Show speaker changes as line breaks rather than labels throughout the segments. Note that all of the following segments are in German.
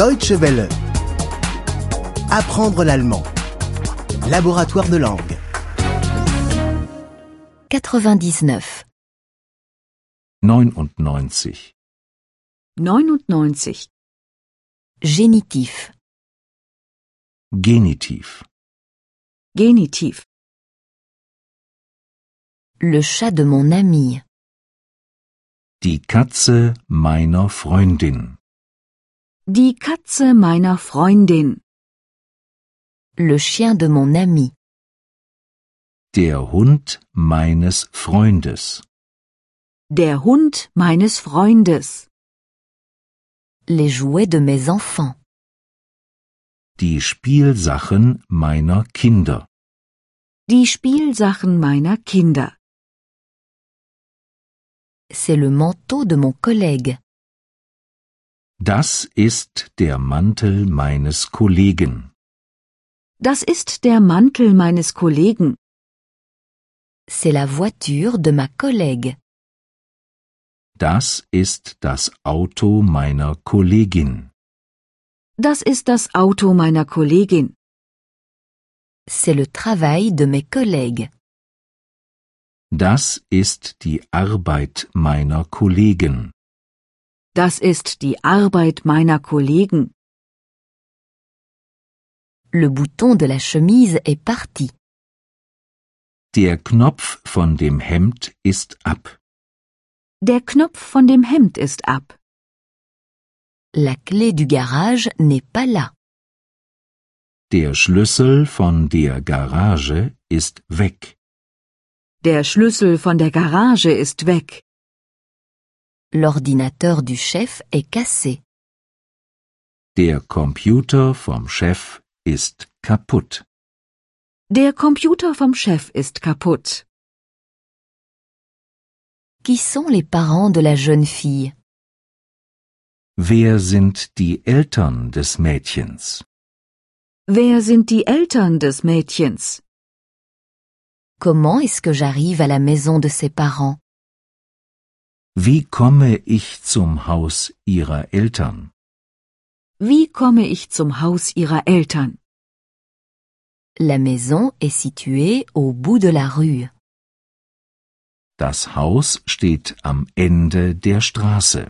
Deutsche Welle. Apprendre l'allemand. Laboratoire de langue.
99.
99.
99.
Génitif.
Genitiv.
Genitiv.
Le chat de mon ami.
Die Katze meiner Freundin.
Die Katze meiner Freundin.
Le chien de mon ami.
Der Hund meines Freundes.
Der Hund meines Freundes.
Les jouets de mes enfants.
Die Spielsachen meiner Kinder.
Die Spielsachen meiner Kinder.
C'est le manteau de mon collègue.
Das ist der Mantel meines Kollegen.
Das ist der Mantel meines Kollegen.
C'est la voiture de ma collègue.
Das ist das Auto meiner Kollegin.
Das ist das Auto meiner Kollegin.
C'est le travail de mes collègues.
Das ist die Arbeit meiner Kollegen.
Das ist die Arbeit meiner Kollegen.
Le bouton de la chemise est parti.
Der Knopf von dem Hemd ist ab.
Der Knopf von dem Hemd ist ab.
La clé du garage n'est pas là.
Der Schlüssel von der Garage ist weg.
Der Schlüssel von der Garage ist weg.
L'ordinateur du chef est cassé.
Der Computer vom Chef ist kaputt.
Der Computer vom Chef ist kaputt.
Qui sont les parents de la jeune fille
Wer sind die Eltern des Mädchens?
Wer sind die Eltern des Mädchens?
Comment est-ce que j'arrive à la maison de ses parents
Wie komme ich zum Haus ihrer Eltern?
Wie komme ich zum Haus ihrer Eltern?
La maison est située au bout de la rue.
Das Haus steht am Ende der Straße.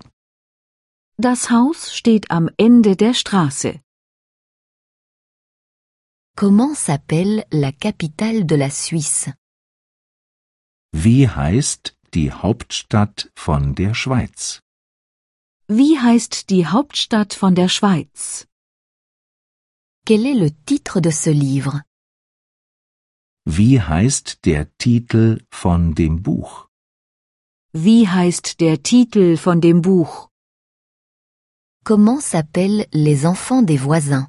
Das Haus steht am Ende der Straße.
Comment s'appelle la capitale de la Suisse
Wie heißt die Hauptstadt von der Schweiz?
Wie heißt die Hauptstadt von der Schweiz?
Quel est le titre de ce livre
Wie heißt der Titel von dem Buch?
Wie heißt der Titel von dem Buch?
Comment s'appellent les enfants des voisins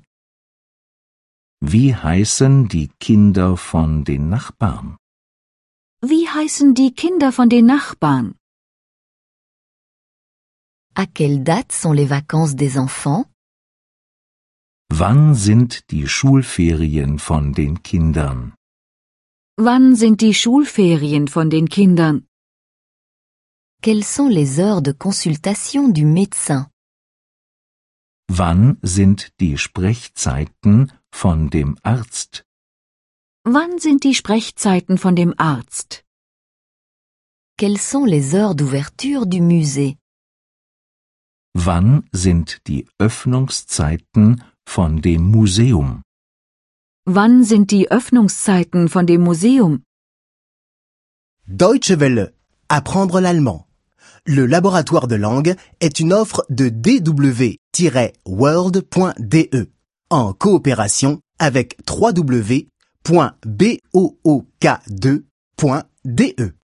Wie heißen die Kinder von den Nachbarn?
Wie heißen die Kinder von den Nachbarn?
À quelle date sont les vacances des enfants
Wann sind die Schulferien von den Kindern?
Wann sind die Schulferien von den Kindern?
Quelles sont les heures de consultation du médecin
Wann sind die Sprechzeiten von dem Arzt?
Wann sind die Sprechzeiten von dem Arzt?
Quelles sont les heures d'ouverture du musée
Wann sind die Öffnungszeiten von dem Museum?
Wann sind die Öffnungszeiten von dem Museum?
Deutsche Welle. Apprendre l'allemand. Le laboratoire de langue est une offre de dw-world.de E. en coopération avec www.book2.de.